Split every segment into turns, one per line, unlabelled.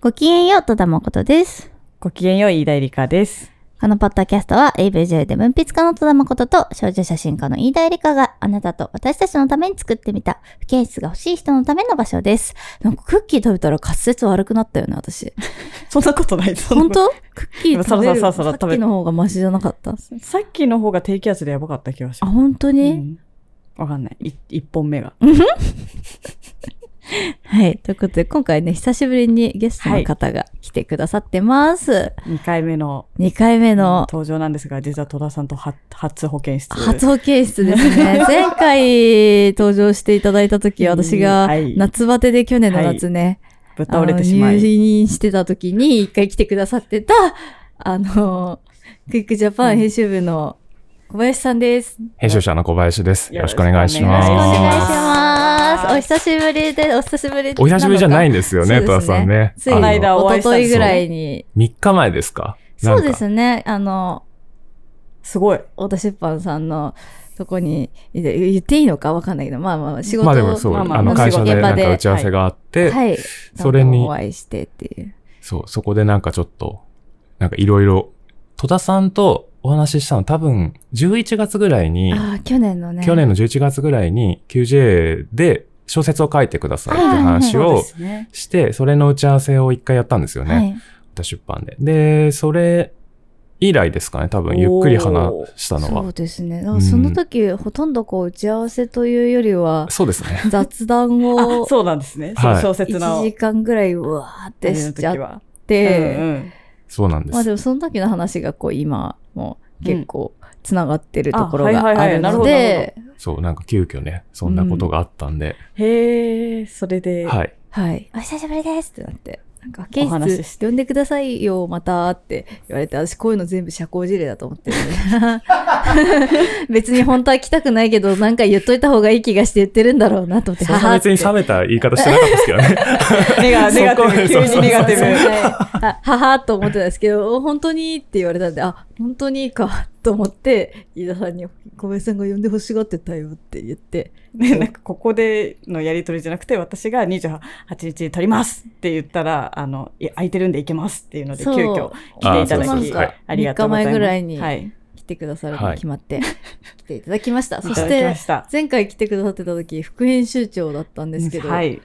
ごきげんよう、戸田誠です。
ごきげんよう、飯田理香です。
このポッドキャストは AVJ で文筆家の戸田誠と少女写真家の飯田絵理香があなたと私たちのために作ってみた不健室が欲しい人のための場所です。なんかクッキー食べたら滑舌悪くなったよね、私。
そんなことないです。
本当クッキー食べる
さらさらさら
さっきの方がマシじゃなかった。
さっきの方が低気圧でやばかった気がし
あ、
ます。
本当
う
に、
んわかんない。い一本目が。
はい。ということで、今回ね、久しぶりにゲストの方が来てくださってます。
二回目の
二2回目の
登場なんですが、実は戸田さんとは初保健室。
初保健室です ね。前回登場していただいた時、私が
はい
夏バテで去年の夏ね、
ぶっ
あの
倒れてしま
入
い。
院してた時に一回来てくださって た、あの、クイックジャパン編集部の小林さんです。よ
編集者の小林です。よろしくお願いし
よ
ろ
ま
し
す。
くお願いし
す
ます。お久しぶりで、お久しぶり
お久しぶりじゃないん
で
ですよね、
そう
戸
ですね
田さんね。
つい、
あ
お
こ
の
の間お会い
と
したん
と
です
い
よ
ぐらいに。
3日前ですか
そうで
ね。
すね。あの、
すごい。
太田出版さんのとこに、い言っていいのかわかんないけど、まあまあ仕事
まあでもそう、
まあまあ
あの
まあ
会社で
現場
なん
で
か打ち合わせがあって、
はい。
それに
お会いしてっていう。
そう、そこでなんかちょっと、なんかいろいろ、戸田さんとお話ししたの多分11月ぐらいに、
ああ、去年のね。
去年の11月ぐらいに QJ で小説を書いてくださいって話
そうで
を
すね。
して、それの打ち合わせを一回やったんですよね。
はい。
った出版で。で、それ以来ですかね、多分ゆっくり話したの
そう
は。
ですね。だか
う
ら
ん
その時、ほとんどこう、打ち合わせというよりは、
そうですね。
雑談
あ
を、
そうなんですね。そ
はい
の小説
1
の。
時間ぐらい、うわーってしちゃ
あれの
っ
時はうん
て、
うん
そうなんで
まあ
す。
でもその時の話がこう、今、もう結構、つながってるところ
うん
が
あはい
あ
はいはい
る
なる
の
ほどなる
で、
そう、なんか急遽ね、そんなことがあったんで、
へえ、それで。
はい。
はい。お久しぶりですってなって。なんか、ケ
お話
ー
し
ス
し
呼んでくださいよ、またって言わ れて、私こういうの全部社交辞令だと思ってるんで。別に本当は来たくないけど、なんか言っといた方がいい気がして言ってるんだろうなと思って。
そんな別に冷めた言い方してなかったですけどね。
ネガネガティブ、
そ
急
こ
にネガティ
はははと思ってたんですけど、本当にって言われたんで、あ、本当にかと思って、飯田さんに、小林さんが呼んでほしがってたよって言って、
ブ。ね、なんかここでのやりとりじゃなくて、私が28日に撮りますって言ったら、あの、いや空いてるんで行けますっていうので、急
そう
遽来ていただ
あそう
き
です、はい
ありがとうございます。
三日前ぐらいに
はい。
来てくださるの決まって、 来ていただきました。そ
い
した
だき
て
ま、した。
前回来てくださってた時、副編集長だったんですけど、
はい。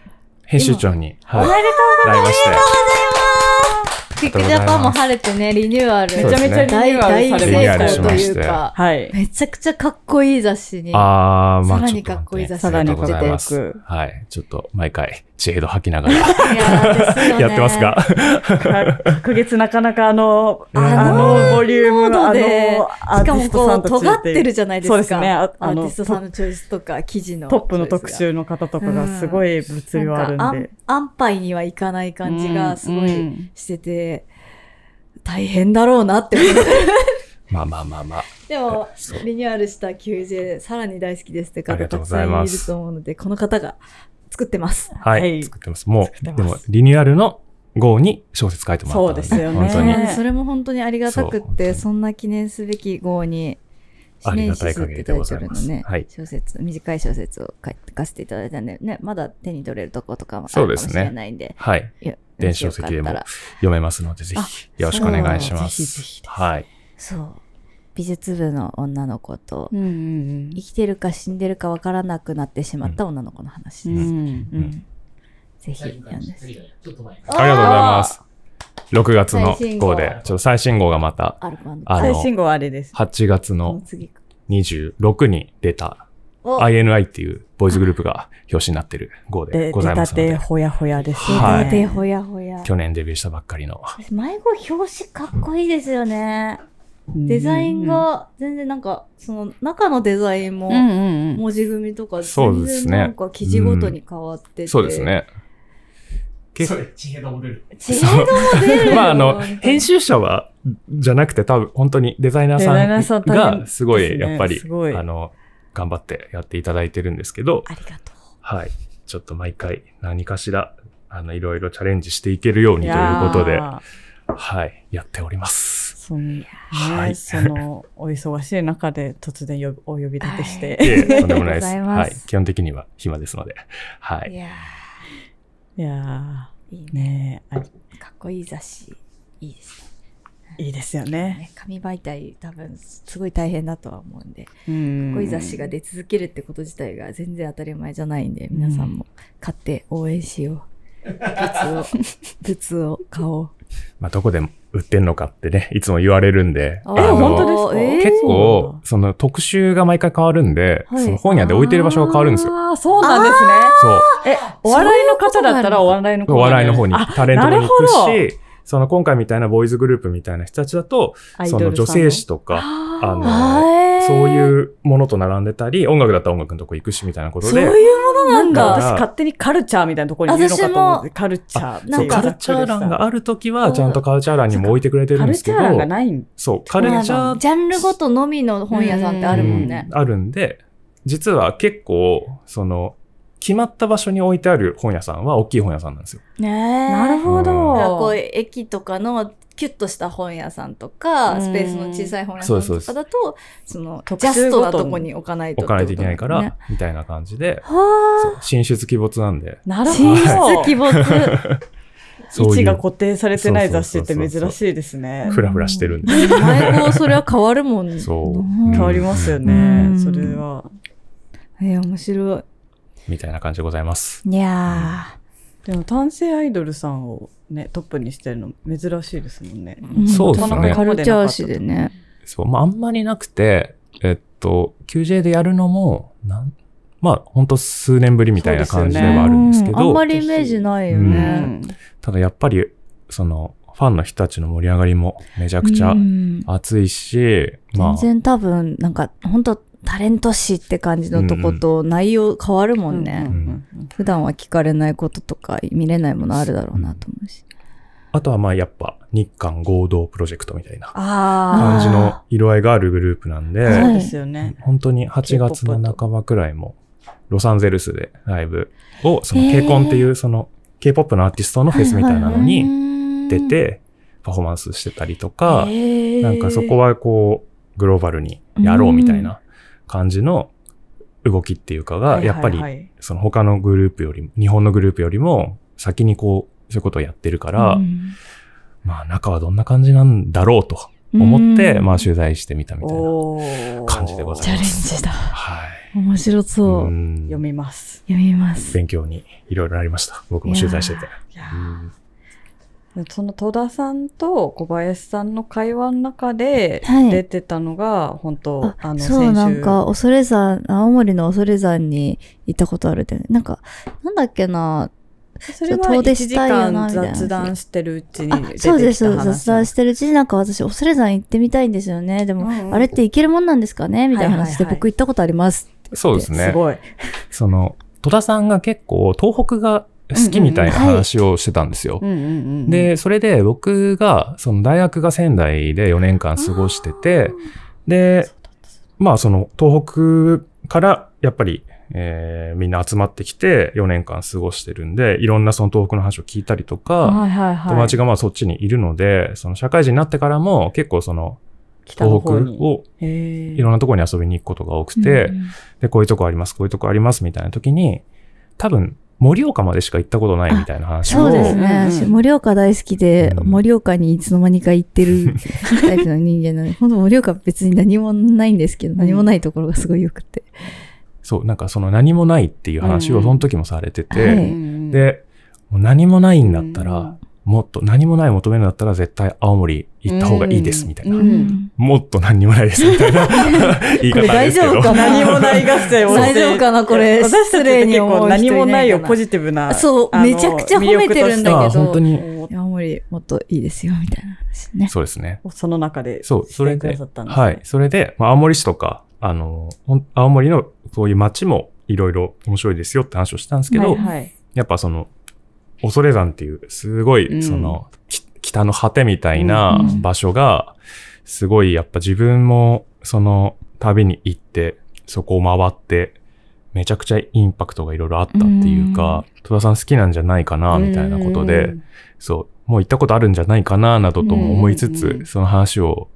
編集長に、
お
は
め
い、
でと
なりまして。
クイックジャパンも晴れてね、リニューアル。
うめちゃめちゃリニ
大
ューアル
大
さ
リニュー
成
れ
アル
ま
功
し
し
と
ま
た。
い
し
う
て
か、
はい。
めちゃくちゃかっこいい雑誌に。
あー、まあ、
さらに
ちょと待
かっこいい雑誌
ありがとうございま
さらに
す
かっこよ。
はい。ちょっと、毎回、知恵度吐きながら
いやーですよね
やってますが。
隔月なかなかあの、
あの
あのボリューム、
濃度
あ
で
の、ア
し
ーテ
か
ィ
も
スト
こ
さん
う、
と
尖ってるじゃないですか。
そうですね。
ア
ああ
ーテ
の
ィストさんのチョイスとか、記事の。
トップの特。集の方とかがすごい物量あるんで。
なんかあん安牌にはいかない感じがすご
う
い
ん
してて、大変だろうなって思って。
まあまあまあまあ。
でも、リニューアルした QJ、さらに大好きですって
あ
方
りがと
た
うご
くさ
ざい
ん
ま
い
す
ると思うので、この方が作ってます。
はい、
はい
作ってます。もう、
作
で
ってます
も、リニューアルの号に小説書いてもらったので、
そうですよね
本当に
ね
ねそれも本当にありがたくっ
そう本当
て
に
そんな記念すべき号に
ありがた
記
い限りでございます
念誌ってタイトルのね
はい
小説短い小説を書かせていただいたんで、ね、まだ手に取れるとことかもあるかもしれないんで
はい。
いや
電子書籍で
よかっ
も
たら
読めますので、ぜ
あ
ひ、よろしくお願いしま
そう
す。
ぜひぜひです
はい。
そう美術部の女の子と
うんうん
生きてるか死んでるかわからなくなってしまった女の子の話
う
です、
ん。
うんぜひ読んで
ありがとうございます。6月の
最新号
号で、ちょっと最新号がまた、
アルバム
あ
最
の、
新号はあれです。
8月
この
の
次か
26に出た、
お
INI っていうボーイズグループが表紙になってる号で
で、
ご
出
ざいま
た
すの
て
で、
ほやほやです。
はい
出てほやほや
去年デビューしたばっかりの、
迷子表紙かっこいいですよねデザインが全然なんか、その中のデザインも
うんうんうん。
文字組みとか
そ
全
うです
然
ね
なんか記事ごとに変わってて、
そうです。ね。結
それ、地平が折れる。
知名度も出るよ
まあ あの、編
集
集者は、じゃなくて多分本当にデザイナ
デザイナー
ー
さ
さ
ん
ん
大変
がすご
です
い
ね
やっぱり、
すごい
あの、頑張ってやっていただいてるんですけど、
ありがと
はい。ちょっと毎回何かしら、あの、いろいろチャレンジしていけるようにということで、
やー
はい、やってお ります。
そのね、
はい
その、お忙しい中で突然よお呼び立てし
い
て。
え、とんでもないです。
ありがとうございま
は
す
い。基本的には暇ですので、は
う。い
い。
や
いや
ーいい
ー、
ね。
ねえ、あり
かっこいい雑誌、いいですね。
いいですよね。
ね紙媒体多分すごい大変だとは思うんで、か
うん
っこいい雑誌が出続けるってこと自体が全然当たり前じゃないんで、皆さんも買って応援しよ う。物を、物を買おう。
まあ、どこで売ってんのかってね、いつも言われるんで。
あ
あの
本当ですか
えー
結
そうなん
構
だ、
その特集が毎回変わるんで、
はい
その本屋で置いてる場所が変わるんですよ。
ああ、そうなんですね。
そう。
え、お笑いの方だったらお笑いの方
お笑いの方に、
あ
タレントに行く
なる
し、その今回みたいなボーイズグループみたいな人たちだと、
アイ
そ
ドル
の
さん
女性誌とか、
あ
あ
ー
の、そういうものと並んでたり、音楽だったら音楽のとこ行くしみたいなこと
そう
で、
いうものなん
なん
だ。
か
私勝手にカルチャーみたいなところにいるのかと思っ
私
て、カルチャー
なんか
カルチャー欄があるときは、ちゃんとカルチャー欄にも置いてくれてる
カ
んで
ル
すけ
チャ
ど
ー、欄がないん
そう、カルチャー
ジャンルごとのみの本屋さんってあるもんね。
うんあるんで、実は結構、その、決まった場所に置いてある本屋さんは大きい本屋さんなんですよ。
ねえ。
なるほ
う
な
ん
んかこ
ど
う。駅とかのキュッとした本屋さんとか、
うん
スペースの小さい本屋さんとかだとその
特
ジャス
集
ト
ごとに
なとこに置かないと
置かないといけないか
って
ら、みたいな感 じで、
ことだね
そう進出鬼没なんで、
なる
進出
ほ
鬼
ど。
没
位
そう
置
い
が
う、
固定されてない雑誌って珍しいですね。
ふらふらしてるんで。
前後それは変わるもんね
そう。
うん
変わりますよ
う
ね。
ん
それは。
え面白
みたいな感じでございます。
いいや
でも男性アイドルさんをね、トップにしてるの珍しいですもんね。
ー、ん
そうですね
なかなかカルチャー誌でね
そう。まあ、あんまりなくて、えっと、QJ でやるのも、なん、まあ、ほんと数年ぶりみたいな感じではあるんですけど、
うあんまりイメージないよ
う
ね、
ん
ただやっぱり、その、ファンの人たちの盛り上がりもめちゃくちゃ
うん
熱いし、ま
全
あ、
然多分なんか本当タレント誌って感じのとこと内容変わるもんね、
うんうんうん
普段は聞かれないこととか見れないものあるだろうなと思うし。
あとはまあやっぱ日韓合同プロジェクトみたいな
あ
感じの色合いがあるグループなんで、
はい
そうですよね。
本当に8月の半ばくらいも、ロサンゼルスでライブを、その
へー
k コンっていうその K-POP のアーティストのフェスみたいなのに
に
出てパフォーマンスしてたりとか、
な
なんかそこはこうグローバルにやろうみたいな感じの動きっていうかが、やっぱり
はいはいはい
その他のグループよりも、日本のグループよりも先にこう、そういうことをやってるから、まあ中はどんな感じなんだろうと思って、まあ取材してみたみたいな。
おー
感じでござい
チャレンジだ。
はい。
面白そう。
ん
読みます。
読みます。
勉強にいろいろなりました。僕も取材してて。
いや
うん
ーその戸田さんと小林さんの会話の中で
はい
出てたのが、本当あの、
そう、
先
な
週
んか、恐山、青森の恐山に行ったことあるってね。なんか、なんだっけな、
それは
遠出
1
し
時
たいよな
間
みたいな
雑談してるうちに
あ
出てきた
そうです、
話
そうです雑談してるうちになんか私、恐山行ってみたいんですよね。でも、あれって行けるもんなんですかねみたいな話で、
はいはいはい
僕行ったことあります。
そうです
す
ね。
ごい。
その、戸田さんが結構東北が好きみたい
うん
な
うんうんはい
話をしてたんですよ
う。んうんうん、
で、それで僕が、その大学が仙台で4年間過ごしてて、で、まあその東北からやっぱり、えーみんな集まってきて4年間過ごしてるんで、いろんなその東北の話を聞いたりとか、
いはいは
友達がまあそっちにいるので、その社会人になってからも結構その
北の
東北
方に
を
へ
いろんなところに遊びに行くことが多くて、で、こういうとこあります、こういうとこありますみたいな時に、多分盛岡までしか行ったことないみたいな話
そ
を
うですね。
うんうん
私盛岡大好きで、
うん
盛岡にいつの間にか行って るタイプの人間なので、本当盛岡別に何もないんですけど、何もないところがすごい良くて。
そう、なんかその何もないっていう話をその時もされてて、
はい
で、もう何もないんだったら、
うん
もっと何もない求めるんだったら絶対青森行った方がいいですみたいな。
うん
もっと何にもないですみたいな 言い
これ
方な
大
んです
丈夫
けど。
かな
何もない合戦をして
大丈夫かなこれ
私たち
失礼
って
に
結
思う人
構
いない
何
かな
もないをポジティブな。
そう
あの
めちゃくちゃ褒めてるんだけど
あ本当に。
ど。
青森もっといいですよ、みたいな話ね。
そうですね。
その中で。
そう、そ
し
れ
てく
で、
ださったんですね
はい。それで、まあ、青森市とか、あの、ほん青森のそういう街もいろいろ面白いですよって話をしたんですけ
はい
ど、
はい
やっぱその、恐山っていう、すご
う
い、
ん
その、き北の果てみたいな
うん
場所が、すごい、やっぱ自分も、その、旅に行って、そこを回って、めちゃくちゃインパクトがいろいろあったっていうか、戸田さん好きなんじゃないかな、みたいなことで、
うん
そう、もう行ったことあるんじゃないかな、などとも思いつつ、
うんうんうん
その話を、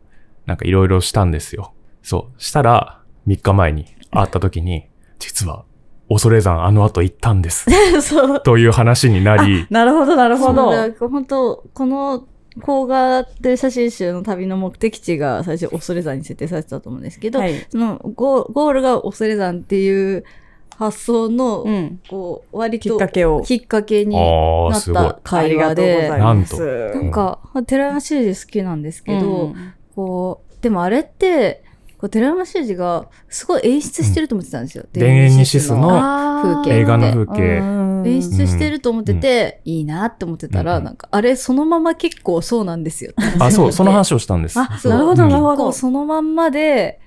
なんかいろいろしたんですよ。そう。したら、3日前に会った時に、実は、恐山あの後行ったんです。
そう。
という話になり、
なるほど、なるほど。
そうだ本当この甲賀という写真集の旅の目的地が最初恐山に設定されてたと思うんですけど、
はい。
そのゴゴールが恐山っていう発想の、
うん。
こう割
きっ
と
かけを。
きっかけに
ああ、
なっ
すごい
た。会話で
あ
な
りがとうございます
んか寺山修司好きなんですけど、
うん
こうでもあれってこう寺山修司がすごい演出してると思ってたんですよ。
田園にシスの
風景
映画の風景
演
演出
出してると思ってて、いいなって思ってたら、
うん
なんか、あれ、そのまま結構そうなんですよ。
あ、そう、その話をしたんです。
あ
そう
な
るほど
うん
なるほど
結構そのまんまで、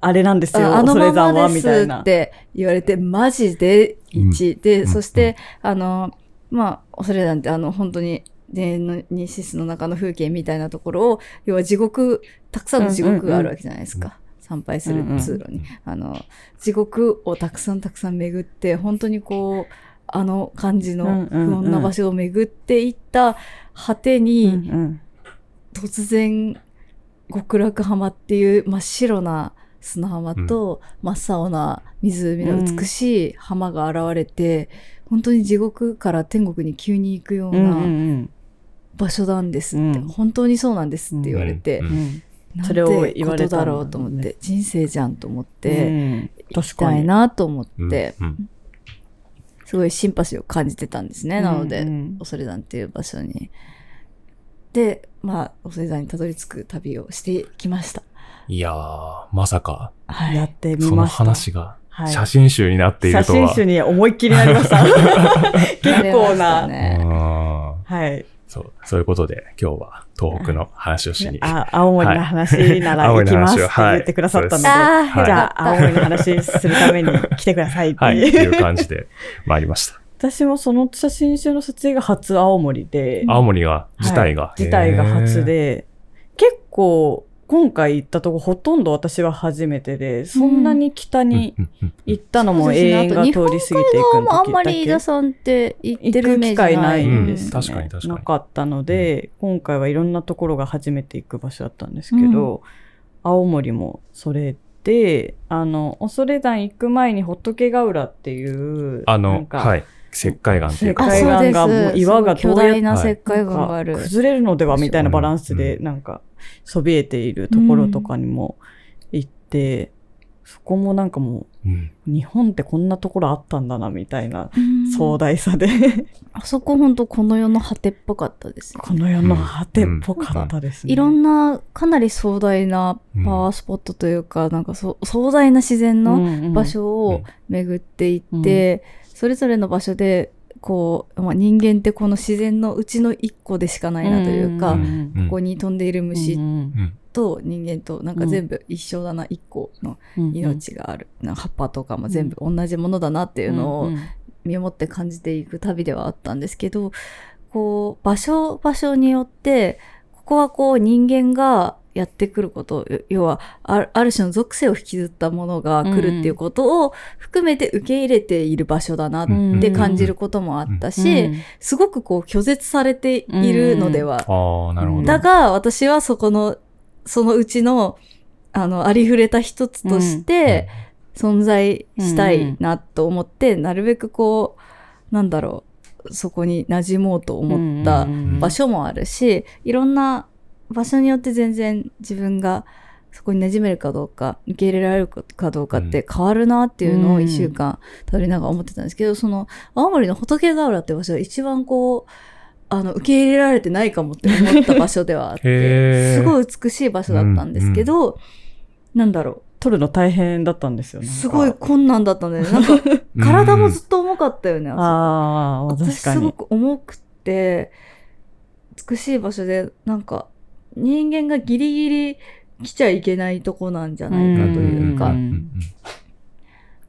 あれなんですよ、
ああの
恐
ま
山は
まで
み
す
たいな
っ。て言われて、マジで1。で、
ん
そして、あの、まあ、恐れなんて、あの、本当に、田園のニシスの中の風景みたいなところを、要は地獄、たくさんの地獄があるわけじゃないですか。参拝する通路に、
うんうん
あの、地獄をたくさんたくさん巡って、本当にこう、あの感じの不穏な場所を巡っていった果てに、
うんうん
突然極楽浜っていう真っ白な砂浜と真っ青な湖の美しい浜が現れて、本当に地獄から天国に急に行くよう
うんう
なん場所なんですって、
うん
本当にそうなんですって言われて、
うん
うん
なんて
それを言われ
こと
たん
だ
だ
ろ
ろ
う
う
と
と
思
思
っ、
ってて
人生じゃんと思っ
う
て、
ん
行きたいなと思って、
うんうん
すごいシンパシーを感じてたんですね、なので
うんうん
恐山っていう場所に。でまあ恐山にたどり着く旅をしてきました。
いやー、まさか、
はい
やってみました。
その話が
はい
写真集になっている
写
とは。
真集に思いっきりなりました。 結構
ありました
な。
ね
うん
はい。
そう、そういうことで、今日は東北の話をし に。
あ、青森の話なら
は
行
い
きますって
青森の話をはい
言ってくださったので、
あー
はい
じ
よ
ゃ
かった
あ 青森の話するために来てくださいって
はい、って
いう。
いう感じで参り ました。
私もその写真集の撮影が初青森で、
青森が、自体が。
自体が初で、結構今回行ったとこほとんど私は初めてで、そんなに北
へー。
に
うんうんうん
行ったのも永遠が通り過ぎていく
あ
ん
ん
だ
まあん
け
まり飯田さんって行ってるイメージない。
行く機会ないんです、ね
うん確かに確かに
なかったので、今回はいろんなところが初めて行く場所だったんですけど、青森もそれであの恐山行く前に仏ヶ浦っていう
あ
な
の
ん、か
はい、石灰岩っていうか
あ、
石灰
そ
岩
うです。
がもう岩が
巨
どうやっ
大な石灰岩がある。
崩れるのではみたいなバランスで
う
なんかそびえているところとかにも行って、そこもなんかも
うん
う日本ってこんなところあったんだなみたいな
うん
壮大さで
あそこ本当この世の果てっぽかったですね。
この世の果てっぽかったですね。
いろんなかなり壮大なパワースポットというか、なんかそ壮大な自然の
の
場所を巡っていって、それぞれの場所でこう、まあ、人間ってこの自然のうちの一個でしかないなというか、
うんうん
ここに飛んでいる虫
うん
と人間となんか全部一緒だな、一個の命がある、なんか葉っぱとかも全部同じものだなって
て
いうのを身をもって感じていく旅ではあったんですけどこう場所場所によってここはこう人間がやってくることよ要はあある種の属性を引きずったものが来るっていうことを含めて受け入れている場所だなっ
うん
て感じることもあったし、すごくこう拒絶されているのでは
ああ、なるほど。
だが、私はそこの、そのうちの、あの、ありふれた一つとして、存在したいなと思って、なるべくこう、なんだろう、そこに馴染もうと思った場所もあるし、いろんな場所によって全然自分がそこに馴染めるかどうか、受け入れられるかどうかって変わるなっていうの
う
を
ん
一週間たどりながら思ってたんですけど、その青森の仏ヶ浦って場所は一番こう、あの、受け入れられてないかもって思った場所ではあっ
へ
て、す
ー
ごい美しい場所だったんですけど、なんだろ
撮るの大変だったんですよ
う、
ね。
すごい困難だったんだよね。なんか、体もずっと重かったよね、あそこ
ああ、
私
確か
すご
に。
く重くて美しい場所でなんか人間がギリギリ来ちゃいけないとこなんじゃないかというか、
う
うんん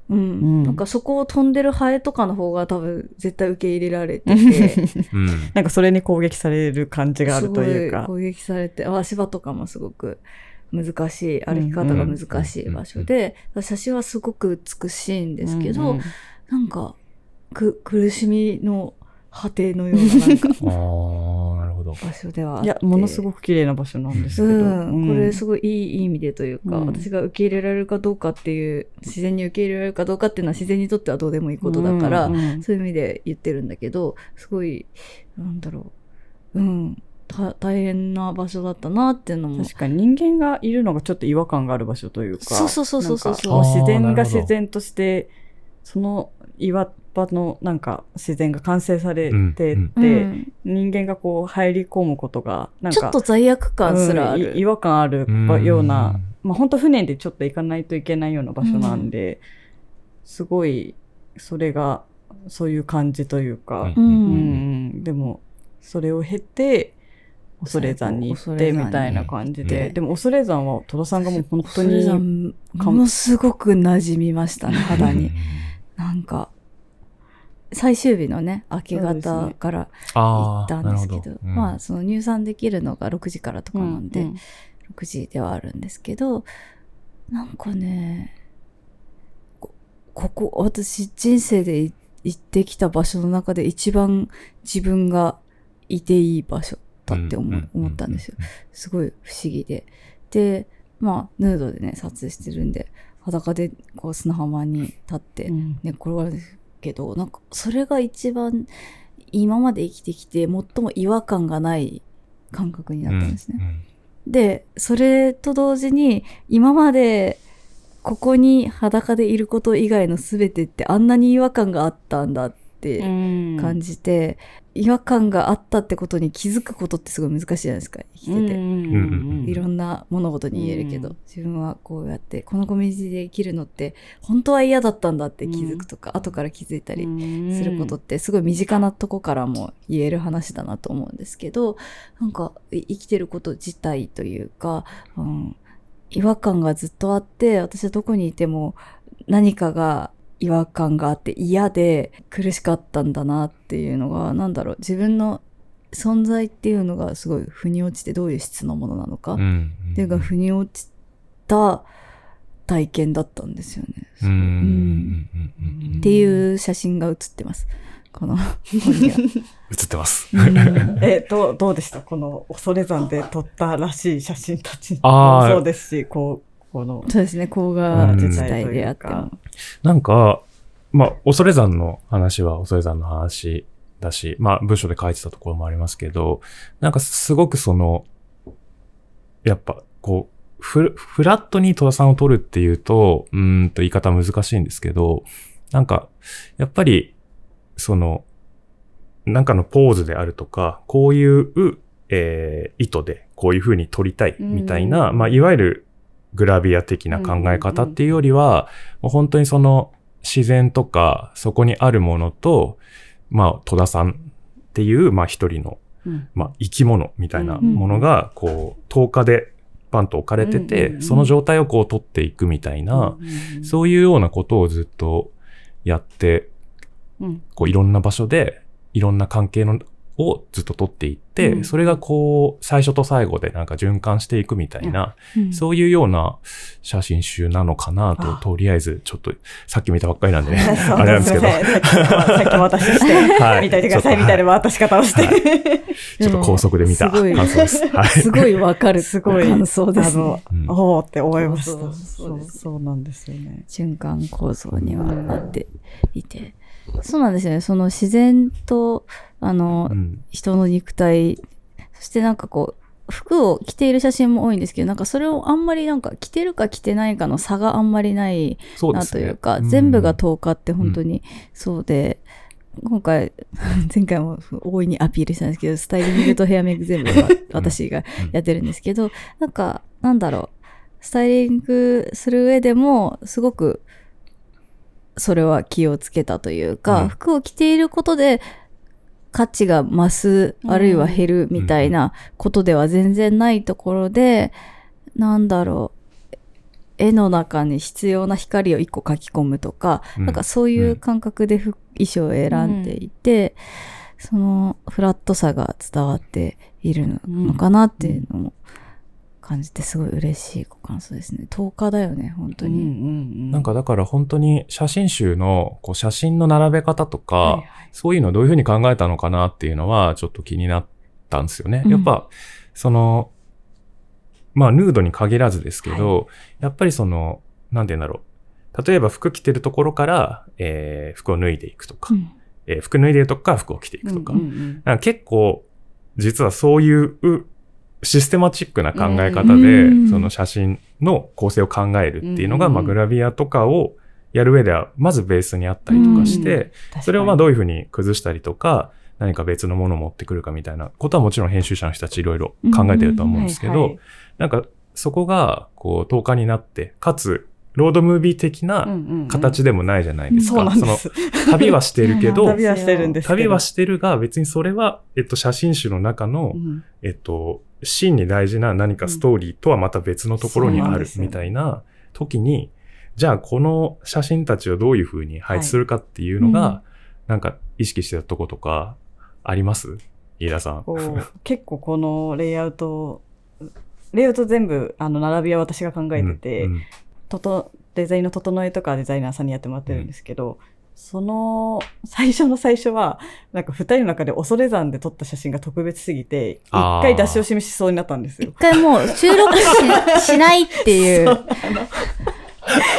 うん
なんかそこを飛んでるハエとかの方が多分絶対受け入れられてて
うん
なんかそれに攻撃される感じがあ
す
ると
ご
い
いう
か。
攻撃されて足場とかもすごく難しい歩き方が難しい場所で写真はすごく美しいんですけど、
うん
なんかく苦しみの果てのようななんか
あー、なるほど。
場所ではあって
いや、ものすごく綺麗な場所なんですけ
う
ど。
ん、これ
そ
すごいいい意味でというか、
うん
私が受け入れられるかどうかっていう自然に受け入れられるかどうかっていうのは自然にとってはどうでもいいことだから、そういう意味で言ってるんだけどすごいなんだろううんた大変な場所だったなっていうのも
確かに人間がいるのがちょっと違和感がある場所というか。
そうそうそうそうそう
なんかもう自
あー
然
な
が
るほど
自然として、その岩場のなんか自然が完成されてて、
うん
うん
人間がこう入り込むことが、なんか。
ちょっと罪悪感すらあ
うんい
る、
違和感ある
うん
ような、まあ本当船でちょっと行かないといけないような場所なんで、すごい、それが、そういう感じというか、
うん
うん
うんうん、でもそれを経て恐山に行って
恐山に
みたいな感じで、
うん
でも恐山は戸田さんがもう本当
それが
に
ものすごく馴染みましたね肌 に。なんか最終日のね明け
そうです
方
ね
から行
あ
っ
ー
たんで
なるほ
すけ
ど
どまあその入山できるのが6時からとかなんで、
うんうん
6時ではあるんですけどなんかねこここ私人生でい行ってきた場所の中で一番自分がいていい場所だって思,、思ったんですよ。。すごい不思議で。で、まあ、ヌードでね、撮影してるんで、裸でこう砂浜に立って
う
寝
ん
転がるんですけど、なんか、それが一番今まで生きてきて、最も違和感がない感覚に
う
なったんですね。
う。
で、それと同時に、今まで、ここに裸でいること以外の全てってあんなに違和感があったんだって感じて、違和感があったってことに気づくことってすごい難しいじゃないですか生きてて、
うん
うん
いろんな物事に言えるけど、
うん
自分はこうやってこのコミュニティで生きるのって本当は嫌だったんだって気づくとか、後から気づいたりすることってすごい身近なとこからも言える話だなと思うんですけどなんかい生きてること自体というか、うん、違和感がずっとあって私はどこにいても何かが違和感があって嫌で苦しかったんだなっていうのがなんだろう自分の存在っていうのがすごい腑に落ちてどういう質のものなのか、
うんうんうん
っていうか腑に落ちた体験だったんですよね。
うんうんうんうんうん
っていう写真が写ってます。こ の本には。
映ってます。
えどうどうでしたこの恐山で撮ったらしい写真たち
あ
も
ー
そうですしこうこの
そうですね、甲賀時代であって
う
も
ん。
なんか、まあ、恐山の話は恐山の話だし、まあ、文章で書いてたところもありますけど、なんかすごくその、やっぱ、こう、フフラットに戸田さんを取るっていうと、うーんと言い方難しいんですけど、なんか、やっぱり、その、なんかのポーズであるとか、こういう、えー意図で、こういう風に撮りたい、みたいな、
うん
まあ、いわゆるグラビア的な考え方っていうよりは、もう本当にその自然とか、そこにあるものと、まあ、戸田さんっていう、まあ一人の、
うん
まあ生き物みたいなものが、こう、10日でパンと置かれてて、
うんうん
その状態をこう取っていくみたいな、
うん
そういうようなことをずっとやって、
うん
こういろんな場所で、いろんな関係のをずっと取っていって、
うん
それがこう、最初と最後でなんか循環していくみたいな、
うん
そういうような写真集なのかなと、
あ
とりあえず、ちょっと、さっき見たばっか りなんでね、
そう
あれなんですけど、
いませんさっきも渡しして、
はい
見といてください
ちょっと
みたいな渡し方をして。
はちょっと高速で見た
すごい
感想 です。はい。
すごいわかる
すごい
感想です
あの
ね。
うん
おおって思いました。
そうそう
そ
そう
う
です
そうなんですよね。
循環構造にはなっていて。そうなんですよね。その自然と、あの
う、ん
人の肉体そしてなんかこう服を着ている写真も多いんですけどなんかそれをあんまりなんか着てるか着てないかの差があんまりない
そうで
な
す
と
ね。
いうか
ん
全部が10日って本当にそうで、今回 前回も大いにアピールしたんですけどスタイリングとヘアメイク全部私がやってるんですけどなんかなんだろうスタイリングする上でもすごくそれは気をつけたというか、
うん
服を着ていることで価値が増す、
うん
あるいは減るみたいなことでは全然ないところで、なんだろう、絵の中に必要な光を一個書き込むとか、
うん
なんかそういう感覚で服衣装を選んでいて、そのフラットさが伝わっているのかなっていうのも感じてすごい嬉しいご感想ですね。10日だよね、本当に。
なんかだから本当に写真集のこう写真の並べ方とか、
はいはい
そういうのをどういうふうに考えたのかなっていうのはちょっと気になったんですよね。
うん
やっぱ、その、まあヌードに限らずですけど、やっぱりその、なんて言うんだろう。例えば服着てるところから、えー服を脱いでいくとか、
うん
えー服脱いでるとこから服を着ていくとか、
うんうん
なんか結構、実はそういううシステマチックな考え方
う
で、
ん
その写真の構成を考えるっていうのが、
うん
まあ、グラビアとかをやる上では、まずベースにあったりとかして、それをまあどういうふうに崩したりとか、何か別のものを持ってくるかみたいなことはもちろん編集者の人たちいろいろ考えてるとは思うんですけ
はいは
ど
い、
なんかそこがこう10日になって、かつロードムービー的
うん
な
うんうん
形でもないじゃないです
そう
か。
なん
そ
で
の
す。
旅はしてるけ
そ
ど
う、
旅はしてるんですけど。
旅はしてるが、別にそれは、えっと、写真集の中の
う、ん
えっと、シーンに大事な何かストーリーとはまた別のところに
そうな
あ
んで
る
すよ
みたいな時に、じゃあこの写真たちをどういうふうに配置するかっていうのが、
はいうん
なんか意識してたとことかあります飯田さん。
こ う結構このレイアウト、レイアウト全部、あの、並びは私が考えてて、
うんうん
ととデザインの整えとかはデザイナーさんにやってもらってるんですけど、その最初の最初はなんか2人の中で恐山で撮った写真が特別すぎて
あー
一回出し惜しみしそうになったんです
一
よ。
回もう収録ししないっていう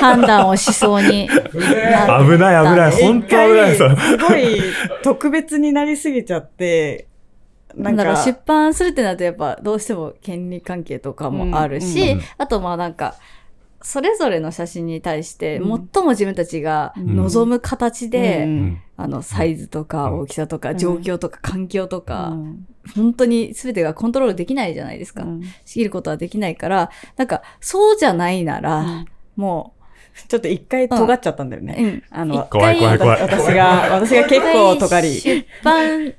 判断をしそうに。
え
危ない危ない、
一回
本当危ないそれ
すごい特別になりすぎちゃって
な
なんん
だ
か
ろう、出版するってなるとやっぱどうしても権利関係とかもあるし、
うんうん
あとまあなんか、それぞれの写真に対して最
う
も
ん
自分たちが望む形で、
うん
うん
あの、サイズとか
うん
大きさと
う
か
ん
状況とか環境とか、
うん
本当に全てがコントロールできないじゃないですか。
うん
仕切ることはできないから、なんか、そうじゃないなら、
うん
も
ちょっと一回尖っちゃったんだよ
う、
ね。
うん、
あの
怖い怖い怖い。
私が私が結構尖り
出版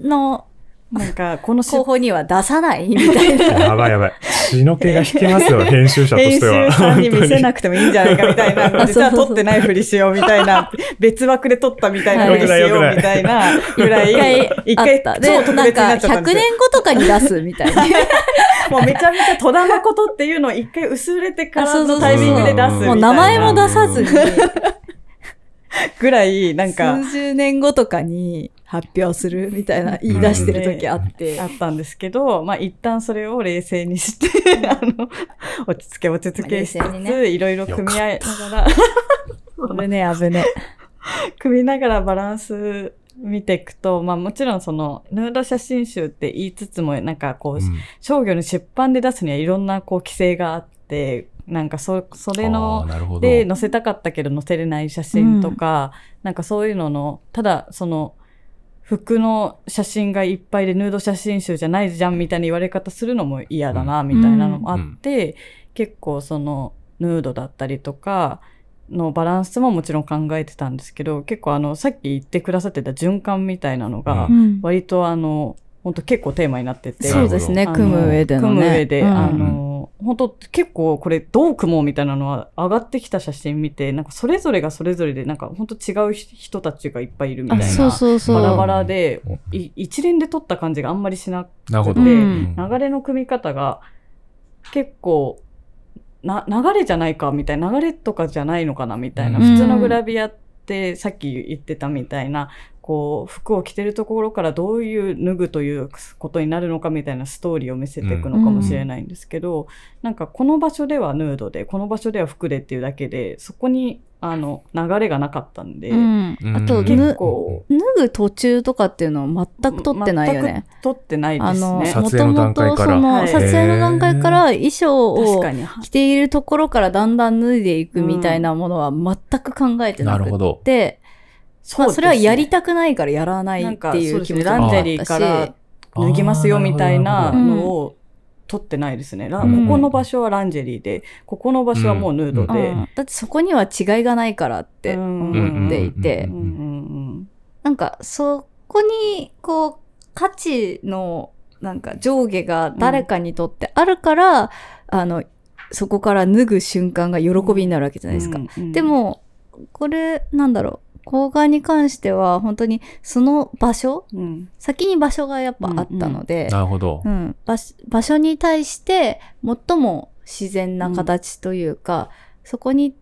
の
なんかこの出
候補には出さないみたいな。
やばいやばい。血の気が引けま すよ、編集者と
編
し
集
ては。
さんに見せな
く
くてもいいんじゃないかみたい
あ
な、
そうそう
実は撮ってないふりしようみたいな、別枠で撮ったみたいなふりし
はい
ようみたいなぐらい、
一
一
回あっ
回
た。
超
で、
特
なん
別にな
か
っちゃった
100
んですよ。
年後とかに出すみたいな。
もうめちゃめちゃ戸田誠っていうのを一回薄れてか
あそ
ら
うそうそう
のタイミングで出すみたいな
もう名前も出さずに、
ぐらい、なんか、
数十年後とかに発表するみたいな言い出してる時あって
あ。ったんですけど、まあ一旦それを冷静にして、あの、落ち着け落ち着けし
まあ
つ
冷静に
つ、いろいろ組み合いながら、
危ねえ、危ね
組みながらバランス見ていくと、まあもちろんその、ヌード写真集って言いつつも、なんかこう、商業の出版で出すにはいろんなこう規制があって、なんかそ、それの、
なるほど。
で載せたかったけど載せれない写真とか、なんかそういうのの、ただその、服の写真がいっぱいでヌード写真集じゃないじゃんみたいな言われ方するのも嫌だな、みたいなのもあって、結構その、ヌードだったりとか、のバランスももちろん考えてたんですけど、結構あの、さっき言ってくださってた循環みたいなのが、
うん
え。
割とあの、本当結構テーマになってて。
そうですね、
あの
組む上でのね。
組む上で、
うん
あの、本当結構これどう組もうみたいなのは上がってきた写真見て、なんかそれぞれがそれぞれで、なんか本当違う人たちがいっぱいいるみたい
あ
な。
そうそうそう。
バラバラで、
うん
い一連で撮った感じがあんまりしなく
なるほ
て、
ど。
うん
流れの組み方が結構な流れじゃないかみたいな流れとかじゃないのかなみたいな、
うん
普通のグラビアってさっき言ってたみたいなこう服を着てるところからどういう脱ぐということになるのかみたいなストーリーを見せていくのかもしれないんですけど、なんかこの場所ではヌードでこの場所では服でっていうだけでそこにあの流れがなかったんで、
うん。
うん
あと、
結
脱
構
ぐ途中とかっていうのは全く撮ってないよね。
全く撮ってないで
あ
す
の、
ね。
も
撮
と
影の
も
段階
と
か
そ
ら
の、
はい
撮影の段階から衣装
確
を
かに
着ているところからだんだん脱いでいくみたいなものは全く考えてな
なる
く
ほ
っ
ど。
て、まあそれはやり
た
たくないからやらないっていう気持ち
なん
も
か
あ
そう
っ
です
た
ね
し
ランジェリーから脱ぎますよみたいな
あー
のを取ってないですね。ラ
うん
ここの場所はランジェリーで、ここの場所はもうヌード
う
で。
んだってそこには違いがないからって思っていて、
うんうん
なんかそこにこう価値のなんか上下が誰かにとってあるから、あのそこから脱ぐ瞬間が喜びになるわけじゃないですか。
うんうん
でもこれなんだろう郊外に関しては本当にその場所
うん
先に場所がやっぱあったので、
なるほど
う。ん、場所場所に対して最も自然な形というか、そこに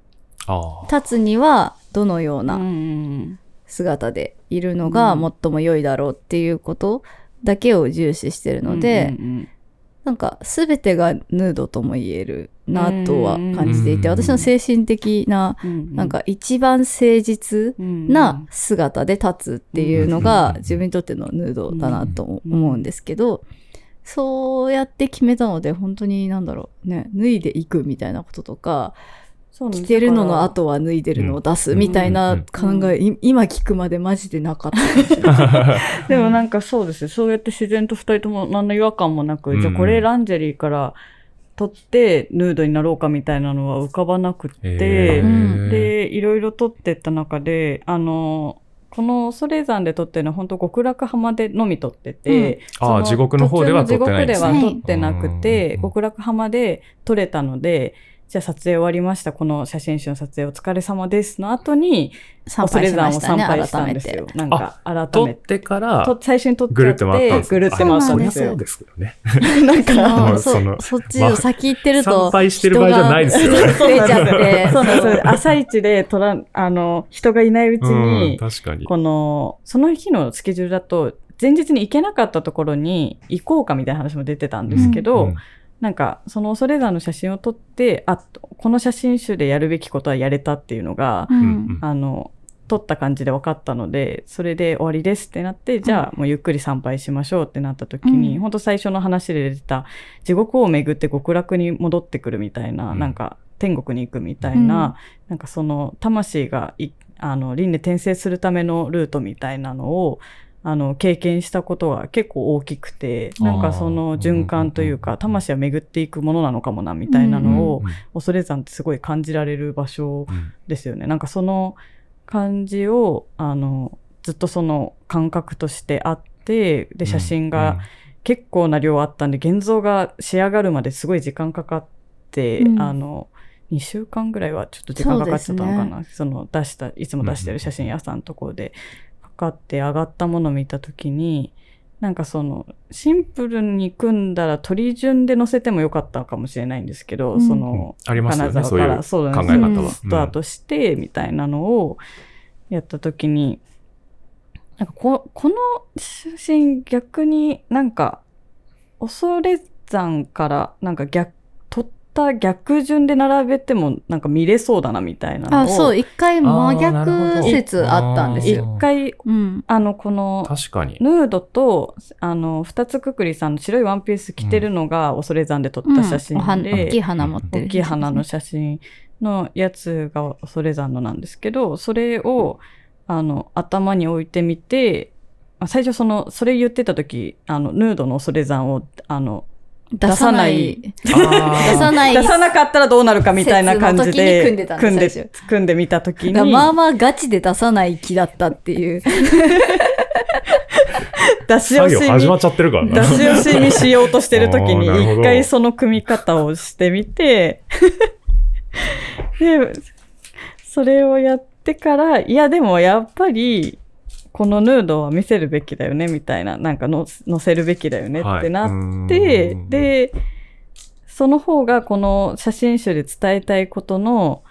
ああ。
立つにはどのよう
う
なん姿でいるのが
うん
最も良いだろうっていうことだけを重視してるので、
うん
なんか全てがヌードとも言えるなとは感じていて、
うん
私の精神的な
うんうん、
なんか一番誠実な姿で立つっていうのが
うん
自分にとってのヌードだなと思うんですけど、そうやって決めたので本当になんだろうね脱いでいくみたいなこととか
そうなん
着
です
てるのの後は脱いでるのを出すみたいな考
うん
え、い今聞くまでマジでなか ったかもしれない
でもなんかそうですね。そうやって自然と二人とも何の違和感もなく、
うん
じゃあこれランジェリーから取ってヌードになろうかみたいなのは浮かばなくて、
え
う
で、いろいろ撮ってった中で、あの、このソレ山で撮ってるのは本当極楽浜でのみ撮ってて、
ああ、
その
地獄の方では撮ってないんで
途
す
中の
ね。
地獄では撮ってなく
は
て、
い
極楽浜で撮れたので、じゃあ撮影終わりました。この写真集の撮影お疲れ様ですの後に、
参
恐
拝し
山
ま
を
した
参
ね
拝したん
改め
です
て
よ。。なんか
撮
改
っ
めて。
てから、
と最初に撮っちゃって
ぐるって回ったんです
ぐるって回ったんで
あれ
す
そりゃそ
よ
う。ですよね。
なんか
もう
そ
その
そっちを先行ってると
参拝してる場合じゃないですよね
人が増えちゃって
そうなんです。朝一で撮らん、あの、人がいないうち
うん、
に、
確かに。
この、その日のスケジュールだと、前日に行けなかったところに行こうかみたいな話も出てたんですけど、
うん
なんか、その恐山の写真を撮って、あ、この写真集でやるべきことはやれたっていうのが、
う
うんん
あの、撮った感じで分かったので、それで終わりですってなって、じゃあもうゆっくり参拝しましょうってなった時に、
うん
本当最初の話で出てた、地獄を巡って極楽に戻ってくるみたいな、
うん
なんか天国に行くみたいな、なんかその魂がい、あの、輪廻転生するためのルートみたいなのを、あの、経験したことが結構大きくて、なんかその循環という
あ
か、
ー
魂は巡っていくものなのかもな、みたいな
うん
のを、恐山ってすごい感じられる場所
うん
ですよね。なんかその感じを、あの、ずっとその感覚としてあって、で、写真が、結構な量あったんで、現像が仕上がるまですごい時間かかって、
うん
あの、2週間ぐらいはちょっと時間かかっちゃったのか
そ
な。その出した、いつも出してる写真屋さんのところで、かかって上がったものを見たときに、なんかその、シンプルに組んだら鳥順で載せてもよかったかもしれないんですけど、
うん
そ
うんうん
の、
ありますよね、
金
そ
沢
うい
か
う
ら、そうなん
考え
です
方
よ
は。
うん
うん
スタートして、みたいなのをやった時に、なんかこ、この写真逆になんか、恐山からなんか逆、取った逆順で並べてもなんか見れそうだなみたいなのを。
あそう一回真
あーなる
逆
ほど
説あったんですよ。
一回、
うん、
あの、この、
確かに。
ヌードと、あの、二つくくりさんの白いワンピース着てるのが恐山で撮った写真
お花
で、
大きい花持ってる
大きい花の写真のやつが恐山のなんですけど、それを、あの、頭に置いてみて、あ最初その、それ言ってた時、あの、ヌードの恐山を、あの、
出さない
出
出
あー
さない
出さなかったらどうなるかみたいな感
説の
じで、
時に組んでたんです
組ん
最
で、組んでみた時に、
がまあまあガチで出さない気だったっていう
出し惜
作
し
業
み
始まっちゃってるから
出
な。
し惜しみしようとしてる時に
あーなるほど
一回その組み方をしてみて、 で、それをやってから、いやでもやっぱり、このヌードは見せるべきだよね、みたいな、なんかの載せるべきだよねってなって、
はい、
で、その方がこの写真集で伝えたいことの、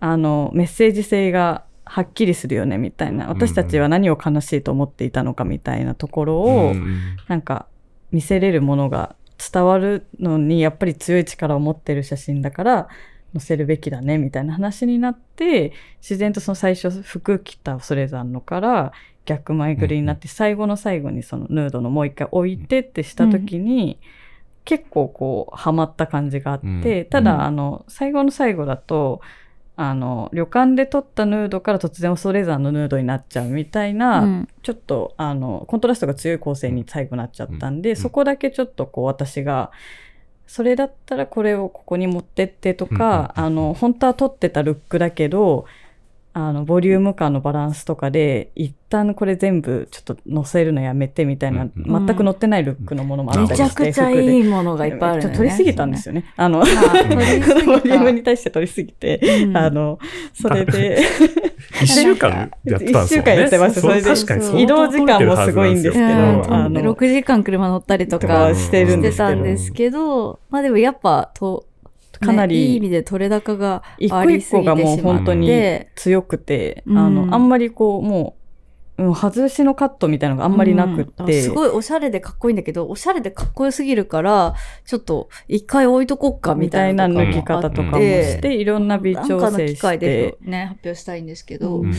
あの、メッセージ性がはっきりするよね、みたいな。私たちは何を悲しいと思っていたのか、みたいなところ
うん
を、
うん
なんか見せれるものが伝わるのにやっぱり強い力を持ってる写真だから載せるべきだねみたいな話になって自然とその最初服着たそれざんのから逆前ぐりになって最後の最後にそのヌードのもう一回置いてってした時に結構こうハマった感じがあっ
うん
てた
うん
だあの最後の最後だとあの旅館で撮ったヌードから突然恐山のヌードになっちゃうみたいな、
うん
ちょっとあのコントラストが強い構成に最後なっちゃったんで、
うん
そこだけちょっとこう私がそれだったらこれをここに持ってってとか、あの本当は撮ってたルックだけどあの、ボリューム感のバランスとかで、一旦これ全部ちょっと載せるのやめてみたいな、
うん
うん
全く載ってないルックのものもあ
うん
った
めち
り
ゃ
して、
くちゃ
服で
いいものがいっぱいある
ち
の
ょっ
ね。
と取りすぎたんですよね。あの、こ
あ取りすぎた
の ボリュームに対して取りすぎて、
うん
あの、それで、
一週間 やってたんです
一週
よね。
間やってました
そう
それで
確かにそう
移動時間もすごいんですけど、
う
うん
あ
ん、
の、
6時間車乗ったりと
と
か
かしてる
し
んで
て
すけ
た
ど
ん、ですけど、まあでもやっぱと、
かな
ねいい意
り、
味で取れ高が
一個
あり
一
すぎ
個が
て
もう
しま
本
っ
当に
て、
強くて、
うん
あの、あんまりこう、もう、うん、外しのカットみたいなのがあ
あ
んまりなくって、
すごいおしゃれでかっこいいんだけど、おしゃれでかっこよすぎるから、ちょっと一回置いとこっかみ
み
た
た
い
い
な
な
のが
抜き
あっ
方
て
とかもして、いろんな微
なんか
調
の
整
機
し
会で
て、
ね、発表したいんですけど、
うん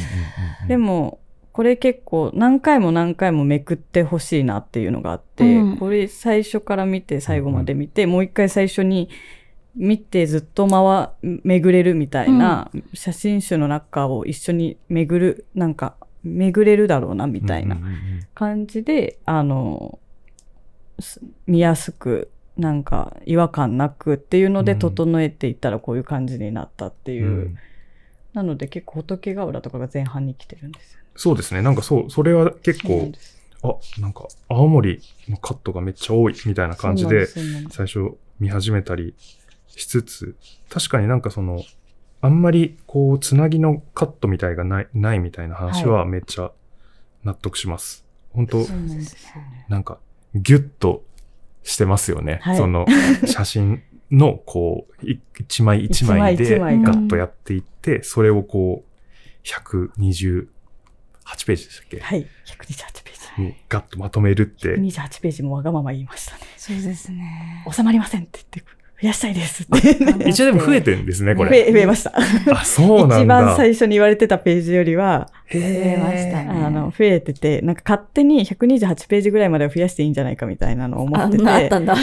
で
も、
も、これ結構何回も何回もめくってほしいなっていうのがあって、
うん
これ最初から見て最後まで見て、もう一回最初に見てずっと回、巡れるみたいな、写真集の中を一緒に巡る、なんか、巡れるだろうなみたいな
うんうんうん
感じで、あの、す見やすく、なんか違和感なくっていうので
うん
整えていったらこういう感じになったっていう。
うん
なので結構仏ヶ浦とかが前半に来てるんですよね。
そうですね。なんかそう、それは結
そうなん
構
で、す
あ、なんか青森のカットがめっちゃ多いみたいな感じで、
そうなんす。
最初見始めたりしつつ、確かになんかその、あんまりこう、つなぎのカットみたいがない、ないみたいな話はめっちゃ納得します。本当
そうなんですよね
なんか、ギュッとしてますよね。
はい
その、写真の、こう、い一枚一枚
一
で、ガ
枚一枚
が
ッとやっていって、それをこう、128ページでしたっけ、
はい、128ペー
にガッとまとめるって。
ジ。28ページもわがまま言いましたね。
そうですね。
収まりませんって言って、増やしたいですって。
ん
一応でも増えてるんですね、こ
増
れ。
え増えました。
あ、そうな
一
んだ。
番最初に言われてたページよりは、
増えましたね。
あの、増えてて、なんか勝手に128ページぐらいまでは増やしていいんじゃないかみたいなのを思
あ、
ってて。
あったんだ。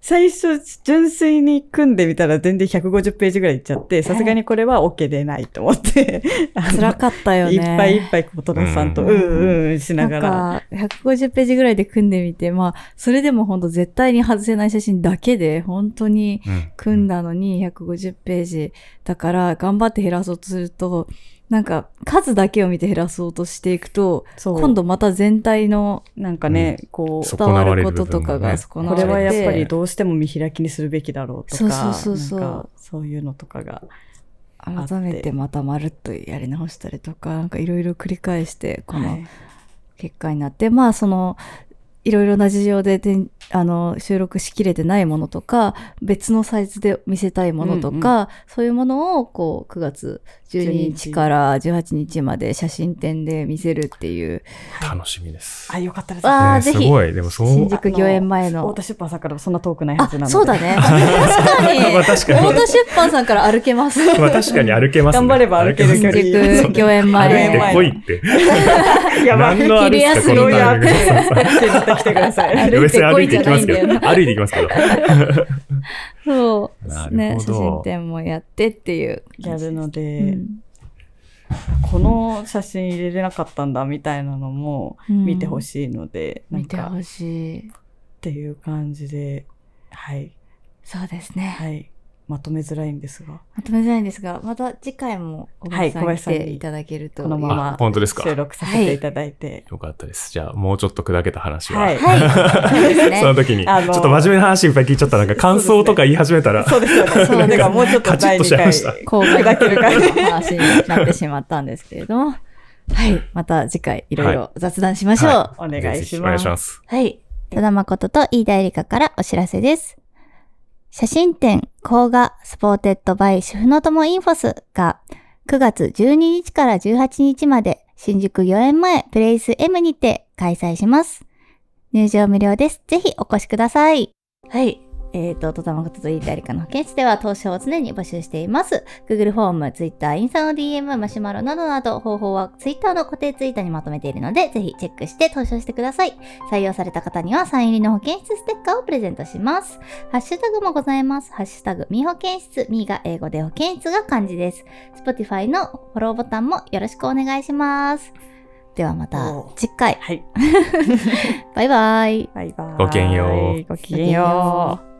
最初、純粋に組んでみたら全然150ページぐらいいっちゃって、さすがにこれは OK でないと 思って、あの
辛かったよね。
いっぱいいっぱい、こう戸田さんと、
う
うんんうんうんしながら。
んか、150ページぐらいで組んでみて、まあ、それでも本当絶対に外せない写真だけで、本当に
うん
組んだのに150ページだから、頑張って減らそうとすると、なんか、数だけを見て減らそうとしていくと、
そう
今度また全体の
なんかね、こう
そ、
伝わることとかが損
損
な
こ
われて、
れはやっぱりどうしても見開きにするべきだろうと
そう
か、
そうそうそう
なんかそういうのとかが。あって
改めてまたまるっとやり直したりとか、なんかいろいろ繰り返して、この
はい
結果になって、まあそのいろいろな事情でてんあの収録しきれてないものとか別のサイズで見せたいものとか、そういうものをこう9月12日から18日まで写真展で見せるっていう、
楽しみです。
あ、よかったです。
あー
ね
ぜひ
すごい。でもそう。
新宿御苑前の
太田出版さんからそんな遠くないは
あ
ずなので。
そうだね確かに
まあ 確かに
太田出版さんから歩けます
まあ確かに歩けます
頑
ね。
張れば歩ける
新
距離
宿御苑
歩い
前
て
の
こいって。
やばい。
何のあれですか、このタイミング
昼休みは手伝ってきてくだ さい。
歩いてこいじゃないん
別
だ
に
よな
歩いていきますけど。歩いていきますけど。
そう、
なる
ね、
ほど
写真展もやってっていう
やるので、
う ん
この写真入れれなかったんだみたいなのも
うん
見てほしいので、なん
見て
か
ほしい
っていう感じで、はい、
そうですね、
はい、まとめづらいんですが、
まとめづらいんですが、また次回も小林さん
はい小
に来
林さんに
ていただけると。
このまま
あ本当ですか
収録させていただいて、
よかったです。じゃあ、もうちょっと砕けた話は。
はい
はい。そうです
その
ね。
時に、ちょ
あ
っ
の
と真面目な話いっぱい聞いちゃった。なんか感想とか言い始めたら、
そうですよね。
そうです
だからもうちょっと第
カチ
2
ッとしちゃい
回
ました
公開
砕ける感じ。
の話になってしまったんですけれども。はい。また次回いろいろ雑談しましょう。
は
お願いします
ぜひお願いします。
はい。
戸田誠と飯田絵理香からお知らせです。写真展、甲賀スポーテッドバイ主婦の友インフォスが9月12日から18日まで新宿御苑前プレイス M にて開催します。入場無料です。ぜひお越しください。はい。えっ、と、戸田誠と飯田絵理香の保健室では投資を常に募集しています。Google フォーム、Twitter、インスタの DM、マシュマロなどなど方法は Twitter の固定ツイートにまとめているので、ぜひチェックして投資をしてください。採用された方にはサイン入りの保健室ステッカーをプレゼントします。ハッシュタグもございます。ハッシュタグ、み保健室、みが英語で保健室が漢字です。Spotify のフォローボタンもよろしくお願いします。ではまた
おう
次回。
はい。
バイバイ。
バイバイ。
ごきげんよう
ごきげんよう。